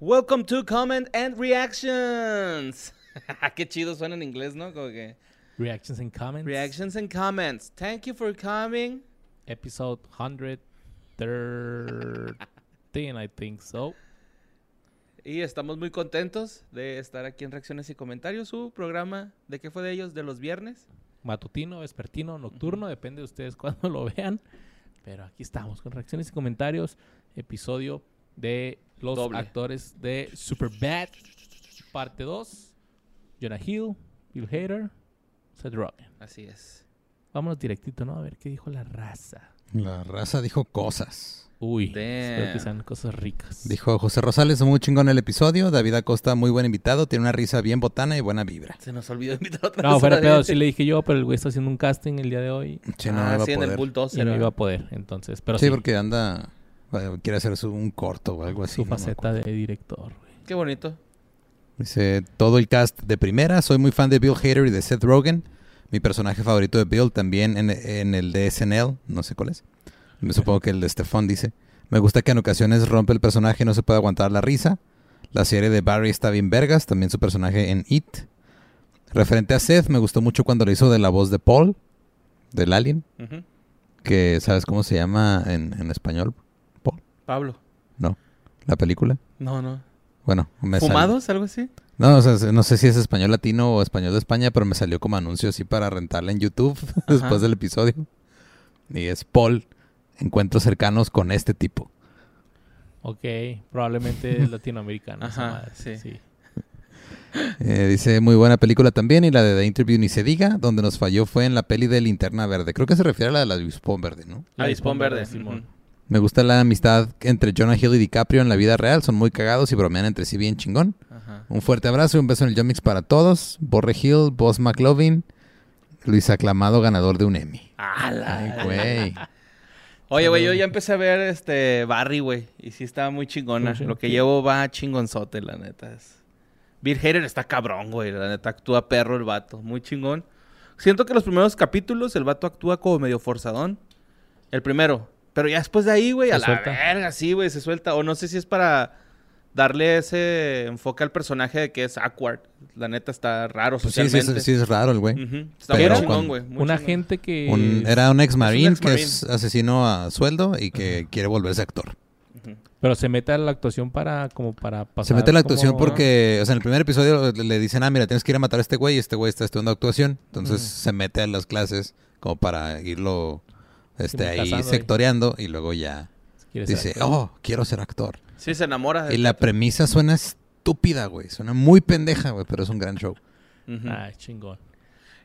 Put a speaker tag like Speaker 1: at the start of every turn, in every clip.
Speaker 1: Welcome to Comment and Reactions. Qué chido suena en inglés, ¿no? Como que.
Speaker 2: Reactions and comments.
Speaker 1: Reactions and comments. Thank you for coming.
Speaker 2: Episode 113, I think so.
Speaker 1: Y estamos muy contentos de estar aquí en Reacciones y Comentarios, su programa de qué fue de ellos de los viernes.
Speaker 2: Matutino, vespertino, nocturno, depende de ustedes cuando lo vean. Pero aquí estamos con reacciones y comentarios. Episodio de los
Speaker 1: Doble.
Speaker 2: actores de Superbad, parte 2. Jonah Hill, Bill Hader, Seth Rogen.
Speaker 1: Así es.
Speaker 2: Vámonos directito, ¿no? A ver qué dijo la raza.
Speaker 3: La raza dijo cosas.
Speaker 2: Uy,
Speaker 1: Damn.
Speaker 2: espero que sean cosas ricas.
Speaker 3: Dijo José Rosales, muy chingón el episodio. David Acosta, muy buen invitado. Tiene una risa bien botana y buena vibra.
Speaker 1: Se nos olvidó invitar otra
Speaker 2: No,
Speaker 1: vez.
Speaker 2: fuera
Speaker 1: a
Speaker 2: de pedo,
Speaker 1: Daniel.
Speaker 2: sí le dije yo, pero el güey está haciendo un casting el día de hoy
Speaker 3: Sí, no
Speaker 1: Ah,
Speaker 3: me va a
Speaker 1: sí, en el
Speaker 3: poder.
Speaker 2: y
Speaker 1: bulldozer.
Speaker 2: no
Speaker 1: ¿verdad?
Speaker 2: iba a poder, entonces, pero
Speaker 3: sí,
Speaker 2: sí,
Speaker 3: porque anda... bueno, Quiere hacer su- un corto o algo así.
Speaker 2: su
Speaker 3: no me
Speaker 2: faceta
Speaker 3: acuerdo.
Speaker 2: de director, güey.
Speaker 1: Qué bonito.
Speaker 3: Dice, todo el cast de primera. Soy muy fan de Bill Hader y de Seth Rogen. Mi personaje favorito de Bill también en, en el de SNL. No sé cuál es. Me supongo que el de Stefan dice. Me gusta que en ocasiones rompe el personaje y no se puede aguantar la risa. La serie de Barry está bien vergas. También su personaje en It. Referente a Seth, me gustó mucho cuando lo hizo de la voz de Paul. Del alien.
Speaker 1: Ujú.
Speaker 3: Que, ¿sabes cómo se llama en, en español?
Speaker 1: Pablo.
Speaker 3: La película.
Speaker 1: No, no.
Speaker 3: Bueno, me sale-
Speaker 1: ¿Fumados? ¿Algo así?
Speaker 3: No, o sea, se- no sé si es español latino o español de España, pero me salió como anuncio así para rentarla en YouTube
Speaker 1: Ajá.
Speaker 3: después del episodio. Y es Paul, encuentros cercanos con este tipo.
Speaker 2: Ok, probablemente es latinoamericano. esa
Speaker 1: Ajá,
Speaker 2: madre,
Speaker 1: sí.
Speaker 3: Eh, dice, muy buena película también, y la de The Interview ni se diga, donde nos falló fue en la peli de Linterna Verde. Creo que se refiere a la de la Bispón Verde, ¿no?
Speaker 1: Ah, Dispón Verde.
Speaker 2: Simón.
Speaker 1: ujú.
Speaker 3: Me gusta la amistad entre Jonah Hill y DiCaprio en la vida real, son muy cagados y bromean entre sí bien chingón.
Speaker 1: Ajá.
Speaker 3: Un fuerte abrazo y un beso en el Jomix para todos. Borre Hill, Boss McLovin, Luis Aclamado, ganador de un Emmy.
Speaker 1: ¡Hala!
Speaker 3: Ay, güey.
Speaker 1: Oye, güey, yo ya empecé a ver este Barry, güey. Y sí está muy chingona.
Speaker 2: Sí, sí.
Speaker 1: Lo que llevo va chingonzote, la neta. Es... Bill Hader está cabrón, güey. La neta, actúa perro el vato. Muy chingón. Siento que los primeros capítulos el vato actúa como medio forzadón. El primero. Pero ya después de ahí, güey,
Speaker 2: Se
Speaker 1: a la
Speaker 2: suelta.
Speaker 1: verga, sí, güey, se suelta. O no sé si es para darle ese enfoque al personaje de que es awkward. La neta está raro
Speaker 3: Pues sí, sí,
Speaker 1: socialmente.
Speaker 3: es- sí es raro el güey.
Speaker 1: Ujú. Está
Speaker 3: Pero
Speaker 1: muy chingón,
Speaker 3: cuando-
Speaker 1: güey. muy
Speaker 2: Un
Speaker 1: chingón.
Speaker 2: agente que...
Speaker 3: Un- era un ex marine que
Speaker 1: ex-marine.
Speaker 3: es asesino a sueldo y que quiere volverse actor.
Speaker 1: Ujú.
Speaker 2: Pero se mete a la actuación para, como para pasar...
Speaker 3: Se mete a la actuación
Speaker 2: como-
Speaker 3: porque, o sea, en el primer episodio le- le dicen, ah, mira, tienes que ir a matar a este güey y este güey está estudiando actuación. Entonces se mete a las clases como para irlo este,
Speaker 2: Sí,
Speaker 3: ahí
Speaker 2: casando ahí.
Speaker 3: sectoreando y luego ya
Speaker 2: Quiere ser
Speaker 3: dice,
Speaker 2: actor.
Speaker 3: oh, quiero ser actor.
Speaker 1: Sí, se enamora.
Speaker 3: Y
Speaker 1: del
Speaker 3: la
Speaker 1: vato.
Speaker 3: premisa suena estúpida, güey. Suena muy pendeja, güey, pero es un gran show.
Speaker 1: Ujú.
Speaker 2: Ay, Ah, chingón.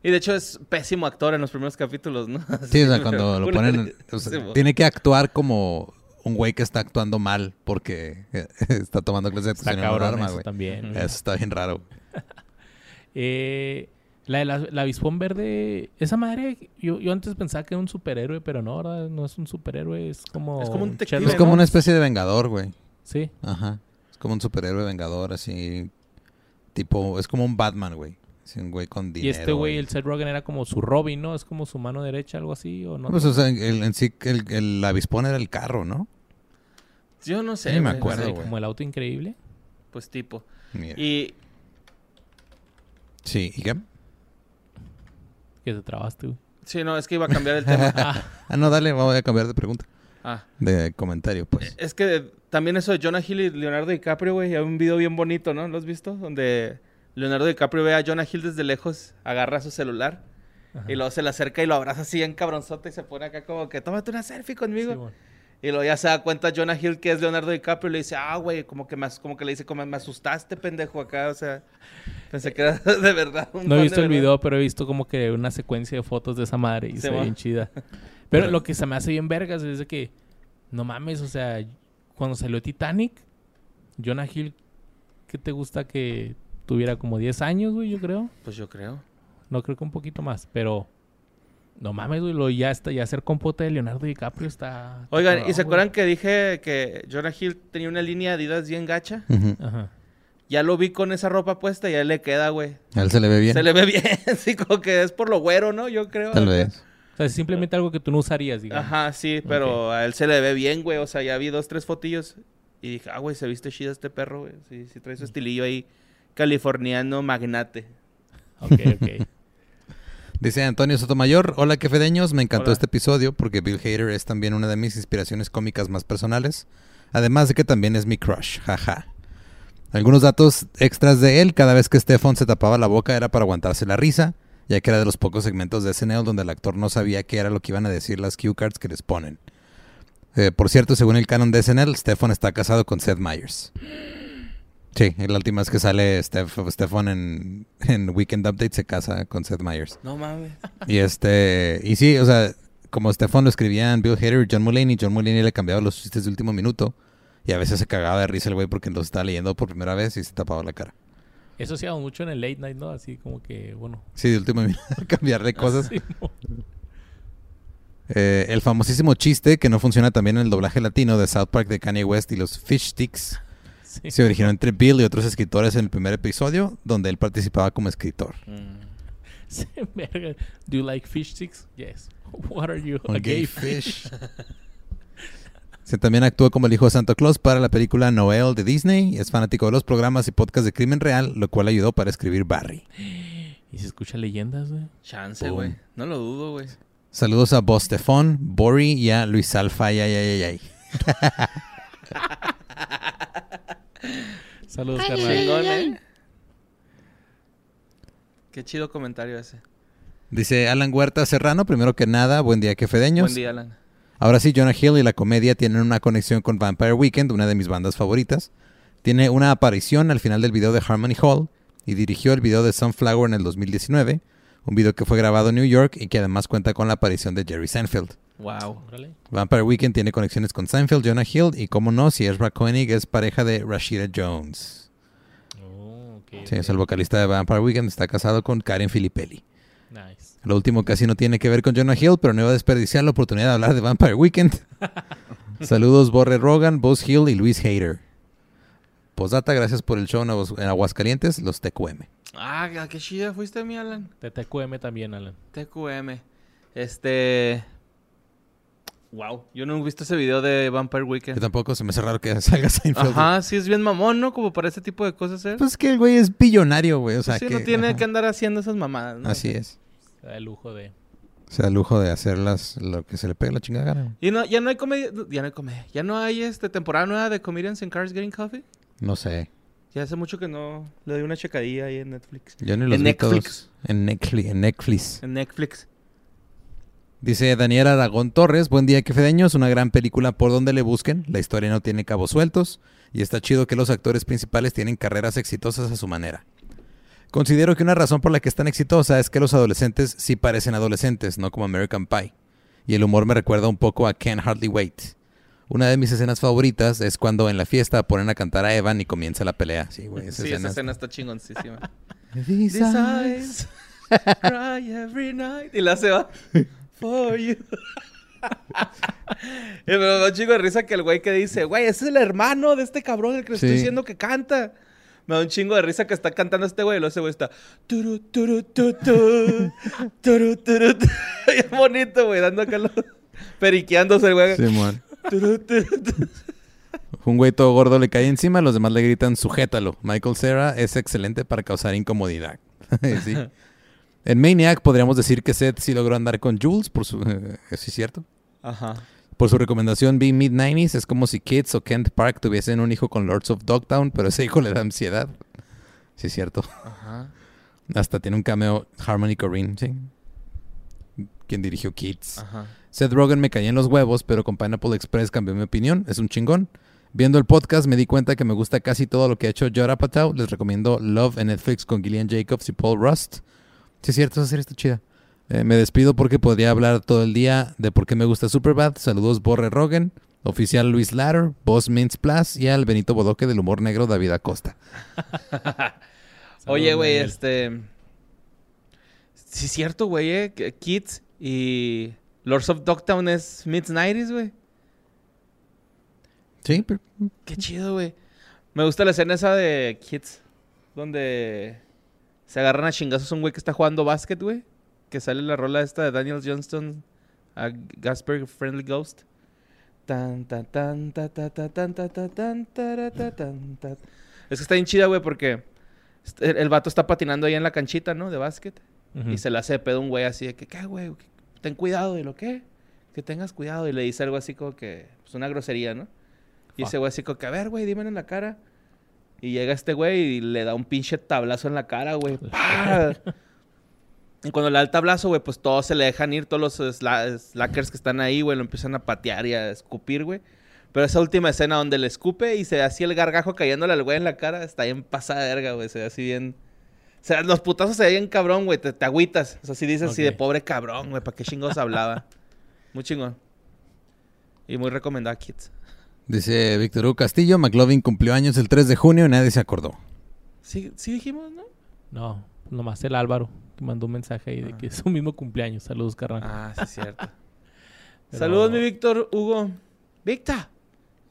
Speaker 1: Y de hecho es pésimo actor en los primeros capítulos, ¿no?
Speaker 3: Sí, o sea, cuando lo
Speaker 1: Una-
Speaker 3: ponen, o sea,
Speaker 1: Sí, mo.
Speaker 3: tiene que actuar como un güey que está actuando mal porque eh, está tomando clases de
Speaker 2: Está
Speaker 3: actuación en un
Speaker 2: cabrón
Speaker 3: arma,
Speaker 2: eso
Speaker 3: güey.
Speaker 2: también.
Speaker 1: Ujú.
Speaker 3: Eso está bien raro.
Speaker 2: Eh, la de la, la avispón verde... Esa madre... Yo, yo antes pensaba que era un superhéroe, pero no, ¿verdad? No es un superhéroe, es como...
Speaker 1: Es como un detective,
Speaker 2: Sherlock
Speaker 3: Es como
Speaker 2: Holmes.
Speaker 3: una especie de vengador, güey.
Speaker 2: Sí.
Speaker 3: Ajá. Es como un superhéroe vengador, así. Tipo, es como un Batman, güey. Es un güey con dinero.
Speaker 2: y este güey,
Speaker 3: y-
Speaker 2: el Seth Rogen, era como su Robin, ¿no? Es como su mano derecha, algo así, ¿o no?
Speaker 3: Pues, o sea, el, en sí, el, el avispón era el carro, ¿no?
Speaker 1: Yo no sé.
Speaker 3: Ni me
Speaker 1: Ah, güey,
Speaker 3: acuerdo,
Speaker 1: no sé,
Speaker 3: güey.
Speaker 2: como el auto increíble.
Speaker 1: Pues tipo.
Speaker 3: Mira.
Speaker 1: Y
Speaker 3: Sí, ¿y qué?
Speaker 2: Que te trabaste, güey.
Speaker 1: sí, no, es que iba a cambiar el tema.
Speaker 3: Ah, no, dale, vamos a cambiar de pregunta.
Speaker 1: Ah,
Speaker 3: De comentario, pues.
Speaker 1: es que también eso de Jonah Hill y Leonardo DiCaprio, güey, hay un video bien bonito, ¿no? ¿Lo has visto? Donde Leonardo DiCaprio ve a Jonah Hill desde lejos, agarra su celular
Speaker 2: Ajá.
Speaker 1: y luego se le acerca y lo abraza así en cabronzote y se pone acá como que tómate una selfie conmigo.
Speaker 2: Sí, bueno.
Speaker 1: Y luego ya se da cuenta Jonah Hill que es Leonardo DiCaprio y le dice, ah, güey, como que me, as- como que le dice, como me asustaste, pendejo, acá, o sea, pensé que era de verdad. un
Speaker 2: No
Speaker 1: fan
Speaker 2: he
Speaker 1: de
Speaker 2: visto el
Speaker 1: verdad.
Speaker 2: video, pero he visto como que una secuencia de fotos de esa madre y
Speaker 1: Sí,
Speaker 2: se ve
Speaker 1: va.
Speaker 2: bien chida. Pero,
Speaker 3: Pero-
Speaker 2: lo que se me hace bien vergas es de que, no mames, o sea, cuando salió Titanic, Jonah Hill, ¿qué te gusta que tuviera como 10 años, güey? Yo creo.
Speaker 1: Pues yo creo.
Speaker 2: No creo que un poquito más, pero no mames, güey, lo, ya, está, ya ser compota de Leonardo DiCaprio está. está
Speaker 1: Oigan, ¿y
Speaker 2: cabrón,
Speaker 1: se
Speaker 2: Ah, güey.
Speaker 1: acuerdan que dije que Jonah Hill tenía una línea de Adidas bien gacha?
Speaker 3: Ujú.
Speaker 2: Ajá.
Speaker 1: Ya lo vi con esa ropa puesta y a él le queda, güey.
Speaker 3: A él se le ve bien.
Speaker 1: Se le ve bien, sí, como que es por lo güero, ¿no? Yo creo.
Speaker 3: Tal vez.
Speaker 2: O sea, es simplemente algo que tú no usarías, digamos.
Speaker 1: Ajá, sí, pero a él se le ve bien, güey. O sea, ya vi dos, tres fotillos. Y dije, ah, güey, se viste chido este perro, güey. Sí, sí trae su estilillo ahí californiano magnate.
Speaker 2: Ok, ok.
Speaker 3: Dice Antonio Sotomayor, hola quefedeños, me encantó
Speaker 2: Hola.
Speaker 3: este episodio porque Bill Hader es también una de mis inspiraciones cómicas más personales, además de que también es mi crush, jaja. Algunos datos extras de él, cada vez que Stefan se tapaba la boca era para aguantarse la risa, ya que era de los pocos segmentos de SNL donde el actor no sabía qué era lo que iban a decir las cue cards que les ponen. Eh, por cierto, según el canon de SNL, Stefan está casado con Seth Meyers. Sí, la última vez que sale Steph, Stefan en, en Weekend Update se casa con Seth Meyers.
Speaker 1: No mames.
Speaker 3: Y este, y sí, o sea, como Stefan lo escribían Bill Hader y John Mulaney, John Mulaney le cambiaba los chistes de último minuto y a veces se cagaba de risa el güey porque los estaba leyendo por primera vez y se tapaba la cara.
Speaker 2: Eso se ha dado mucho en el late night, ¿no? Así como que, bueno.
Speaker 3: Sí, de último minuto, cambiarle cosas.
Speaker 2: Ah, Sí, mo-
Speaker 3: Eh, el famosísimo chiste que no funciona también en el doblaje latino de South Park de Kanye West y los Fish Sticks
Speaker 2: sí.
Speaker 3: se originó entre Bill y otros escritores en el primer episodio donde él participaba como escritor.
Speaker 2: Sí, verga. Do you like fish sticks? Yes. What are you?
Speaker 3: A gay fish. Se también actúa como el hijo de Santa Claus para la película Noel de Disney. Es fanático de los programas y podcasts de crimen real, lo cual ayudó para escribir Barry.
Speaker 2: Y se escucha leyendas, güey.
Speaker 1: Chance,
Speaker 3: Boom.
Speaker 1: güey. No lo dudo, güey.
Speaker 3: Saludos a Bostefón, Bori y a Luis Alfa. Ay, ay, ay, ay, ay.
Speaker 2: Saludos,
Speaker 4: Ay,
Speaker 2: carnal.
Speaker 1: Chingón, ¿eh? Qué chido comentario ese.
Speaker 3: Dice Alan Huerta Serrano, primero que nada, buen día, quefedeños.
Speaker 1: Buen día, Alan.
Speaker 3: Ahora sí, Jonah Hill y la comedia tienen una conexión con Vampire Weekend, una de mis bandas favoritas. Tiene una aparición al final del video de Harmony Hall y dirigió el video de Sunflower en el 2019, un video que fue grabado en New York y que además cuenta con la aparición de Jerry Seinfeld.
Speaker 1: Wow.
Speaker 2: Órale.
Speaker 3: Vampire Weekend tiene conexiones con Seinfeld, Jonah Hill y, como no, si es Koenig es pareja de Rashida Jones.
Speaker 2: Oh, ok,
Speaker 3: Sí,
Speaker 2: ok.
Speaker 3: es el vocalista de Vampire Weekend, está casado con Karen Filippelli.
Speaker 2: Nice.
Speaker 3: Lo último casi no tiene que ver con Jonah Hill, pero no iba a desperdiciar la oportunidad de hablar de Vampire Weekend. Saludos Borre Rogan, Boss Hill y Luis Hader. Posdata, gracias por el show en Aguas- en Aguascalientes, los TQM.
Speaker 1: Ah, qué- qué chida fuiste, mi Alan.
Speaker 2: TTQM también, Alan.
Speaker 1: TQM. Este. Wow. Yo no he visto ese video de Vampire
Speaker 3: Yo
Speaker 1: Weekend.
Speaker 3: tampoco, se me hace raro que salga Seinfeld.
Speaker 1: Ajá, sí es bien mamón, ¿no? Como para ese tipo de cosas, ¿eh?
Speaker 3: Pues que el güey es billonario, güey. O sea,
Speaker 1: sí,
Speaker 3: que,
Speaker 1: no tiene
Speaker 3: ajá.
Speaker 1: que andar haciendo esas mamadas, ¿no?
Speaker 3: Así es.
Speaker 2: Se da el lujo de.
Speaker 3: Se da el lujo de hacerlas lo que se le pegue la chingada gana. güey.
Speaker 1: Y no, ya no hay comedia, ya no hay comedia, ya no hay este temporada nueva de Comedians in Cars Getting Coffee.
Speaker 3: No sé.
Speaker 1: Ya hace mucho que no le doy una checadilla ahí en Netflix.
Speaker 3: Yo ni los
Speaker 1: En
Speaker 3: vi
Speaker 1: Netflix.
Speaker 3: todos. En Netflix. En Netflix.
Speaker 1: En Netflix.
Speaker 3: Dice Daniel Aragón Torres, buen día quefedeños, una gran película por donde le busquen, la historia no tiene cabos sueltos y está chido que los actores principales tienen carreras exitosas a su manera. Considero que una razón por la que es tan exitosa es que los adolescentes sí parecen adolescentes, no como American Pie, y el humor me recuerda un poco a Can Hardly Wait. Una de mis escenas favoritas es cuando en la fiesta ponen a cantar a Evan y comienza la pelea. Sí, güey, esa
Speaker 1: sí,
Speaker 3: escena
Speaker 1: esa
Speaker 3: es-
Speaker 1: escena está chingoncísima.
Speaker 3: These
Speaker 1: These
Speaker 3: eyes.
Speaker 1: eyes cry every night. Y la se va. For you. y me da un chingo de risa que el güey que dice, güey, ese es el hermano de este cabrón el que le estoy
Speaker 3: Sí.
Speaker 1: diciendo que canta. Me da un chingo de risa que está cantando este güey. Y luego ese güey está. Turu, turu, tu, tu, turu, turu, tu. Bien bonito, güey, dando acá los. Periqueándose el güey.
Speaker 3: Simón.
Speaker 1: Turu, turu, tu.
Speaker 3: Un güey todo gordo le cae encima, los demás le gritan, sujétalo. Michael Cera es excelente para causar incomodidad. Sí. En Maniac podríamos decir que Seth sí logró andar con Jules, por su... ¿sí es cierto?
Speaker 1: Ajá.
Speaker 3: Por su recomendación, vi Mid-90s, es como si Kids o Kent Park tuviesen un hijo con Lords of Dogtown, pero ese hijo le da ansiedad. Sí es cierto.
Speaker 1: Ajá.
Speaker 3: Hasta tiene un cameo Harmony Corrine, ¿sí? Quien dirigió Kids.
Speaker 1: Ajá.
Speaker 3: Seth Rogen me caía en los huevos, pero con Pineapple Express cambió mi opinión. Es un chingón. Viendo el podcast me di cuenta que me gusta casi todo lo que ha hecho Judd Apatow. Les recomiendo Love en Netflix con Gillian Jacobs y Paul Rust. Sí, es cierto, esa serie está chida. Eh, me despido porque podría hablar todo el día de por qué me gusta Superbad. Saludos Borre Rogen, oficial Luis Latter, Boss Mintz Plus y al Benito Bodoque del humor negro David Acosta.
Speaker 1: Oye,
Speaker 2: Saludos,
Speaker 1: güey,
Speaker 2: Daniel.
Speaker 1: este. Sí, es cierto, güey, eh. que Kids y Lords of Dogtown es mid-90s, güey.
Speaker 3: Sí, pero-
Speaker 1: Qué chido, güey. Me gusta la escena esa de Kids, donde se agarran a chingazos un güey que está jugando básquet, güey. Que sale la rola esta de Daniel Johnston a Gasper Friendly Ghost. Tan, tan, tan, ta, ta, ta, tan, ta, ta, tan, tara, ta, tan, ta. Es que está bien chida, güey, porque este- el, el vato está patinando ahí en la canchita, ¿no? De básquet. Y se la hace de pedo un güey así de que, ¿qué, güey? ¿Qué- Ten cuidado. ¿Y lo qué? Que tengas cuidado. Y le dice algo así como que, pues una grosería, ¿no? Y ese
Speaker 2: Fuck.
Speaker 1: güey así como que, a ver, güey, dímelo en la cara. Y llega este güey y le da un pinche tablazo en la cara, güey. ¡Pah! Y cuando le da el tablazo, güey, pues todos se le dejan ir, todos los sla- slackers que están ahí, güey, lo empiezan a patear y a escupir, güey. Pero esa última escena donde le escupe y se ve así el gargajo cayéndole al güey en la cara, está bien pasada de verga, güey. Se ve así bien. O sea, los putazos se ven bien cabrón, güey. Te, te agüitas. O sea, si dices así de
Speaker 2: Ok.
Speaker 1: pobre cabrón, güey. ¿Para qué chingados hablaba? Muy chingón. Y muy recomendada, kids.
Speaker 3: Dice Víctor Hugo Castillo, McLovin cumplió años el 3 de junio y nadie se acordó.
Speaker 1: Sí, sí dijimos, ¿no?
Speaker 2: No, nomás el Álvaro que mandó un mensaje ahí de
Speaker 1: Ah.
Speaker 2: que es su mismo cumpleaños. Saludos, carnal.
Speaker 1: Ah, sí, es cierto.
Speaker 2: Pero-
Speaker 1: Saludos, mi Víctor Hugo. ¡Victa!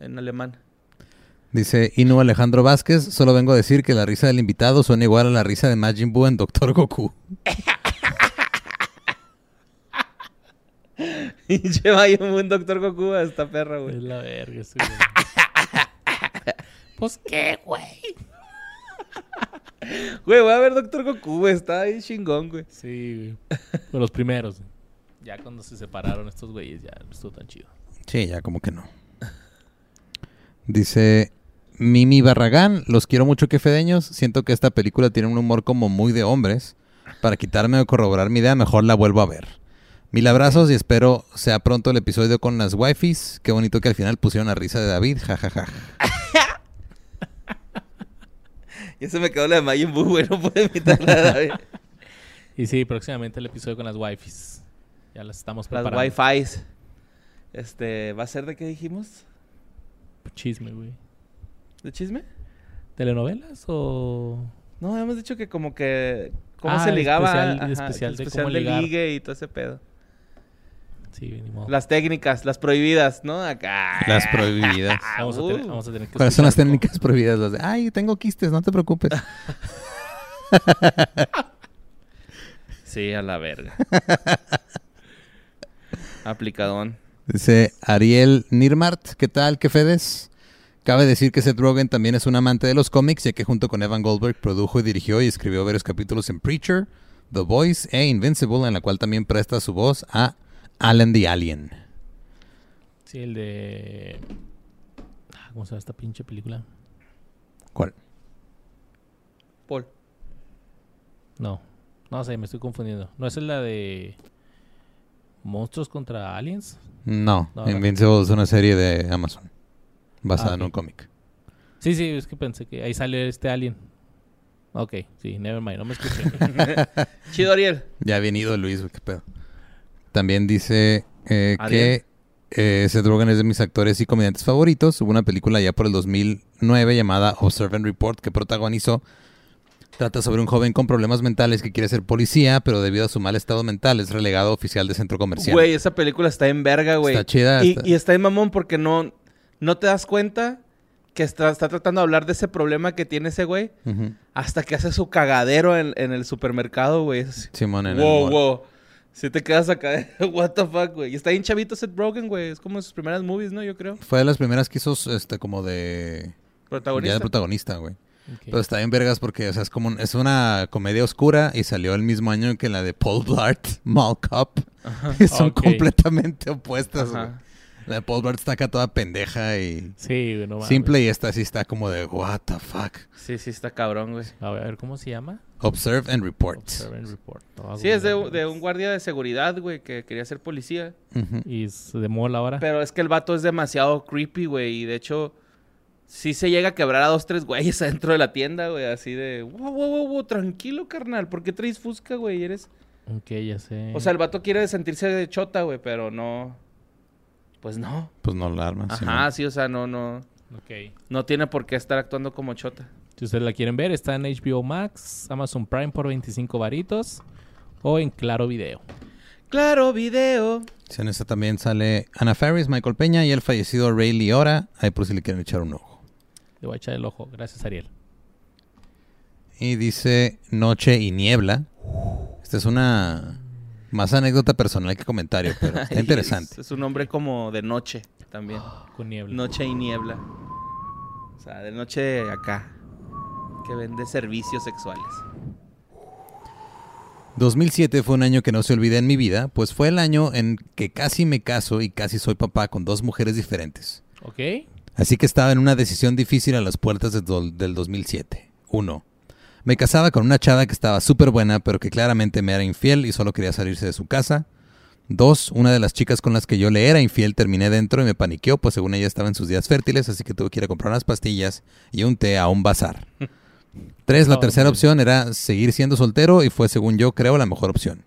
Speaker 1: En alemán.
Speaker 3: Dice Inu Alejandro Vázquez, solo vengo a decir que la risa del invitado suena igual a la risa de Majin Buu en Doctor Goku.
Speaker 1: Y lleva ahí un buen Doctor Goku a esta perra, güey.
Speaker 2: Es la verga, ese güey. pues qué, güey.
Speaker 1: Güey, voy a ver Doctor Goku, güey. Está ahí chingón, güey.
Speaker 2: Sí, güey. Fue los primeros. güey. Ya cuando se separaron estos güeyes, ya no estuvo tan chido.
Speaker 3: Sí, ya como que no. Dice Mimi Barragán, los quiero mucho quefedeños, siento que esta película tiene un humor como muy de hombres. Para quitarme o corroborar mi idea, mejor la vuelvo a ver. Mil abrazos y espero sea pronto el episodio con las wifis. Qué bonito que al final pusieron la risa de David, jajaja.
Speaker 1: Ya se me quedó la de Majin Buu, güey. No pude evitarla. David.
Speaker 2: Y sí, próximamente el episodio con las wifis. Ya las estamos
Speaker 1: Las
Speaker 2: preparando.
Speaker 1: Wi-Fi's. Este, ¿va a ser de qué dijimos?
Speaker 2: Chisme, güey.
Speaker 1: ¿De chisme?
Speaker 2: ¿Telenovelas o...?
Speaker 1: No, hemos dicho que como que... ¿Cómo
Speaker 2: Ah,
Speaker 1: se
Speaker 2: el
Speaker 1: ligaba?
Speaker 2: especial-
Speaker 1: Ajá,
Speaker 2: el especial
Speaker 1: el
Speaker 2: de
Speaker 1: especial
Speaker 2: cómo
Speaker 1: de
Speaker 2: ligar. Oh.
Speaker 1: ligue y todo ese pedo.
Speaker 2: Sí, ni modo.
Speaker 1: Las técnicas, las prohibidas, ¿no? Acá.
Speaker 3: Las prohibidas.
Speaker 2: Vamos, a
Speaker 1: Uh.
Speaker 2: tener, vamos a tener que
Speaker 3: ¿Cuáles son las
Speaker 2: escuchar-
Speaker 3: técnicas prohibidas? Las de, ay, tengo quistes, no te preocupes.
Speaker 1: Sí, a la verga. Aplicadón.
Speaker 3: Dice Ariel Nirmart, ¿qué tal? ¿Qué fedes? Cabe decir que Seth Rogen también es un amante de los cómics, ya que junto con Evan Goldberg produjo y dirigió y escribió varios capítulos en Preacher, The Voice e Invincible, en la cual también presta su voz a Alan the Alien.
Speaker 2: Sí, el de... Ah, ¿Cómo se llama esta pinche película?
Speaker 3: ¿Cuál?
Speaker 1: Paul.
Speaker 2: No. No sé, me estoy confundiendo. ¿No es la de... Monstruos contra aliens?
Speaker 3: No,
Speaker 2: No, no.
Speaker 3: Invincible es una serie de Amazon, basada
Speaker 2: Ah,
Speaker 3: en
Speaker 2: ok.
Speaker 3: un cómic.
Speaker 2: Sí, sí, es que pensé que ahí sale este alien. Ok, sí, never mind, no me escuché.
Speaker 1: Chido, Ariel.
Speaker 3: Ya ha venido Luis, güey, qué pedo. También dice eh,
Speaker 1: Ariel.
Speaker 3: que eh, Seth Rogen es de mis actores y comediantes favoritos. Hubo una película ya por el 2009 llamada Observant Report que protagonizó. Trata sobre un joven con problemas mentales que quiere ser policía, pero debido a su mal estado mental es relegado a oficial de centro comercial.
Speaker 1: Güey, esa película está en verga, güey.
Speaker 3: Está chida,
Speaker 1: Y
Speaker 3: está-
Speaker 1: y está en mamón porque no, no te das cuenta que está, está tratando de hablar de ese problema que tiene ese güey
Speaker 3: Ujú.
Speaker 1: hasta que hace su cagadero en, en el supermercado, güey. Es así,
Speaker 3: Simón en el
Speaker 1: wow,
Speaker 3: mall.
Speaker 1: wow. Si te quedas acá, de, what the fuck, güey. Y está bien chavito Seth Rogen, güey. Es como sus primeras movies, ¿no? Yo creo.
Speaker 3: Fue de las primeras que hizo este, como de... Ya
Speaker 1: Protagonista.
Speaker 3: de protagonista, güey.
Speaker 2: Ok.
Speaker 3: Pero está bien vergas porque, o sea, es como un- es una comedia oscura y salió el mismo año que la de Paul Blart, Mall Cop. Y Son
Speaker 2: Ok.
Speaker 3: completamente opuestas, güey.
Speaker 1: Ajá.
Speaker 3: La de Paul Blart está acá toda pendeja y
Speaker 2: Sí, güey, no mames.
Speaker 3: simple y esta sí está como de what the fuck.
Speaker 1: Sí, sí, está cabrón, güey.
Speaker 2: A ver, ¿cómo se llama?
Speaker 3: Observe and report.
Speaker 2: Observe and report. No, hago
Speaker 1: Sí, es de,
Speaker 2: nada.
Speaker 1: de un guardia de seguridad, güey, que quería ser policía.
Speaker 3: Ujú.
Speaker 2: Y es de mola ahora.
Speaker 1: Pero es que el vato es demasiado creepy, güey. Y de hecho, sí se llega a quebrar a dos, tres güeyes adentro de la tienda, güey. Así de, wow, wow, wow, wow, tranquilo, carnal. ¿Por qué traes fusca, güey? Eres...
Speaker 2: Ok, ya sé.
Speaker 1: O sea, el vato quiere sentirse de chota, güey, pero no. Pues no.
Speaker 3: Pues no la arma.
Speaker 1: Ajá, sí, o sea, no, no.
Speaker 2: Ok.
Speaker 1: No tiene por qué estar actuando como chota.
Speaker 2: Si ustedes la quieren ver, está en HBO Max, Amazon Prime por 25 varitos o en Claro Video.
Speaker 1: Claro, video.
Speaker 3: Sí, En esta también sale Ana Ferris, Michael Peña y el fallecido Ray Liora. Ahí por si le quieren echar un ojo.
Speaker 2: Le voy a echar el ojo. Gracias, Ariel.
Speaker 3: Y dice Noche y Niebla. Esta es una más anécdota personal que comentario, pero está interesante.
Speaker 1: Es, es un hombre como de noche. también.
Speaker 2: Con niebla.
Speaker 1: Noche y niebla. O sea, de noche acá. Que vende servicios sexuales.
Speaker 3: 2007 fue un año que no se olvida en mi vida, pues fue el año en que casi me caso y casi soy papá con dos mujeres diferentes.
Speaker 2: ¿Ok?
Speaker 3: Así que estaba en una decisión difícil a las puertas de do- del 2007. 1. Me casaba con una chava que estaba súper buena, pero que claramente me era infiel y solo quería salirse de su casa. 2. Una de las chicas con las que yo le era infiel terminé dentro y me paniqueó, pues según ella estaba en sus días fértiles, así que tuve que ir a comprar unas pastillas y un té a un bazar. 3. La
Speaker 2: Oh,
Speaker 3: tercera
Speaker 2: man.
Speaker 3: opción era seguir siendo soltero y fue, según yo creo, la mejor opción.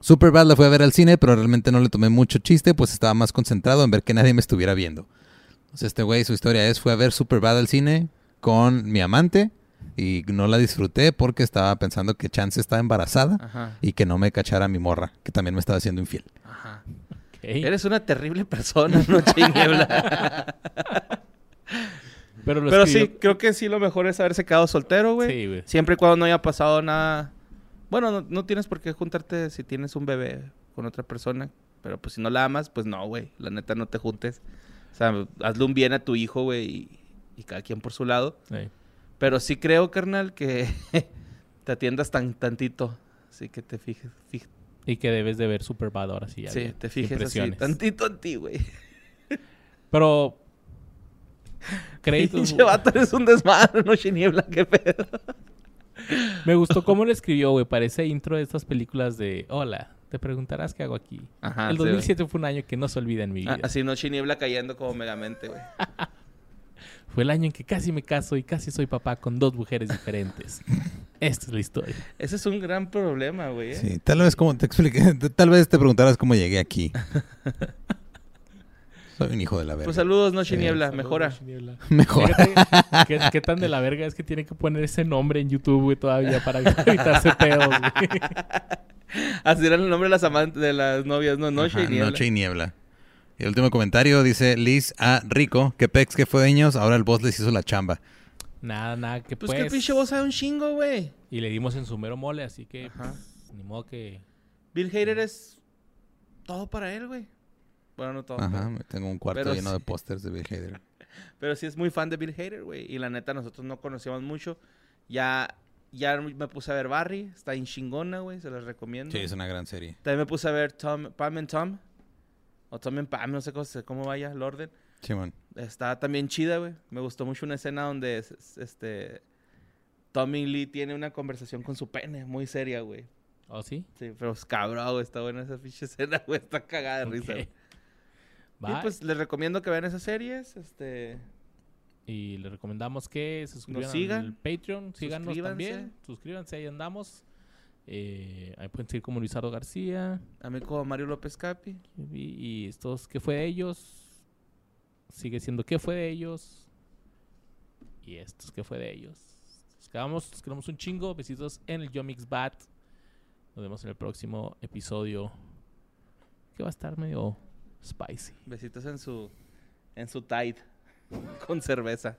Speaker 3: Superbad la fui a ver al cine, pero realmente no le tomé mucho chiste, pues estaba más concentrado en ver que nadie me estuviera viendo. O sea, este güey, su historia es, fue a ver Superbad al cine con mi amante y no la disfruté porque estaba pensando que Chance estaba embarazada
Speaker 1: Ajá.
Speaker 3: y que no me cachara mi morra, que también me estaba haciendo infiel.
Speaker 1: Ajá.
Speaker 2: Ok.
Speaker 1: Eres una terrible persona, Noche y niebla.
Speaker 2: Pero lo
Speaker 1: Pero sí,
Speaker 2: escribió-
Speaker 1: creo que sí lo mejor es haberse quedado soltero, güey.
Speaker 2: Sí, güey.
Speaker 1: Siempre y cuando no haya pasado nada. Bueno, no, no tienes por qué juntarte si tienes un bebé con otra persona. Pero pues si no la amas, pues no, güey. La neta, no te juntes. O sea, hazle un bien a tu hijo, güey. Y, y cada quien por su lado.
Speaker 2: Ey.
Speaker 1: Pero sí creo, carnal, que te atiendas tan tantito. Así que te fijes. fij-
Speaker 2: Y que debes de ver Superbad ahora sí. Ya
Speaker 1: sí,
Speaker 2: bien.
Speaker 1: te fijes así.
Speaker 2: Impresiones.
Speaker 1: Tantito en ti, güey.
Speaker 2: Pero... Créditos.
Speaker 1: Pinche vato, eres un desmadre, no niebla, qué pedo.
Speaker 2: Me gustó cómo lo escribió, güey. Parece intro de estas películas de... Hola, te preguntarás qué hago aquí.
Speaker 1: Ajá,
Speaker 2: el
Speaker 1: Ah, sí, güey.
Speaker 2: 2007 fue un año que no se olvida en mi vida.
Speaker 1: Ah, así Noche y Niebla cayendo como megamente, güey.
Speaker 2: Fue el año en que casi me caso y casi soy papá con dos mujeres diferentes. Esta es la historia.
Speaker 1: Ese es un gran problema, güey. ¿eh?
Speaker 3: Sí, tal vez como te expliqué, tal vez te preguntarás cómo llegué aquí. Soy un hijo de la verga.
Speaker 1: Pues saludos, Noche
Speaker 3: Sí.
Speaker 1: y Niebla,
Speaker 2: Saludos,
Speaker 1: mejora.
Speaker 2: Chiniebla.
Speaker 3: Mejor.
Speaker 2: Fíjate ¿Qué, qué tan de la verga es que tiene que poner ese nombre en YouTube, güey, todavía para evitarse pedos, güey.
Speaker 1: Así era el nombre de las amantes, de las novias, ¿no? Noche
Speaker 3: Ajá,
Speaker 1: y Niebla.
Speaker 3: Noche y niebla. Y el último comentario dice Liz A. Rico, que pex que fue de niños, ahora el boss les hizo la chamba.
Speaker 2: Nada, nada, que pues.
Speaker 1: Pues que el pinche voz sabe un chingo, güey.
Speaker 2: Y le dimos en su mero mole, así que
Speaker 1: Ajá.
Speaker 2: pues, ni modo que.
Speaker 1: Bill Hader es todo para él, güey. Bueno, no todo.
Speaker 3: Ajá,
Speaker 1: pero-
Speaker 3: tengo un cuarto
Speaker 1: Pero
Speaker 3: lleno de
Speaker 1: sí.
Speaker 3: pósters de Bill Hader.
Speaker 1: Pero sí es muy fan de Bill Hader, güey. Y la neta, nosotros no conocíamos mucho. Ya, ya me puse a ver Barry. Está en chingona, güey. Se las recomiendo.
Speaker 3: Sí, es una gran serie.
Speaker 1: También me puse a ver Tom, Pam and Tom. O Tom and Pam, no sé cómo, se- cómo vaya el orden.
Speaker 3: Simón.
Speaker 1: Está también chida, güey. Me gustó mucho una escena donde es- es- este Tommy Lee tiene una conversación con su pene. Muy seria, güey.
Speaker 2: ¿Oh, sí?
Speaker 1: Sí, pero es cabrón, güey. Está buena esa pinche escena, güey. Está cagada Ah, de
Speaker 2: Ok.
Speaker 1: risa. güey.
Speaker 2: Va,
Speaker 1: Y pues les recomiendo que vean esas series. Este,
Speaker 2: Y le recomendamos que se suscriban
Speaker 1: Nos sigan.
Speaker 2: al Patreon. Síganos
Speaker 1: Suscríbanse.
Speaker 2: también. Suscríbanse, ahí andamos. Eh, ahí pueden seguir como Luisardo García.
Speaker 1: a mí como Mario López Capi.
Speaker 2: Y, y estos, ¿qué fue de ellos? Sigue siendo, ¿qué fue de ellos? Y estos, ¿qué fue de ellos? Nos quedamos, nos queremos un chingo. Besitos en el Yomix Bat. Nos vemos en el próximo episodio. Que va a estar medio spicy.
Speaker 1: Besitos en su en su Tide con cerveza.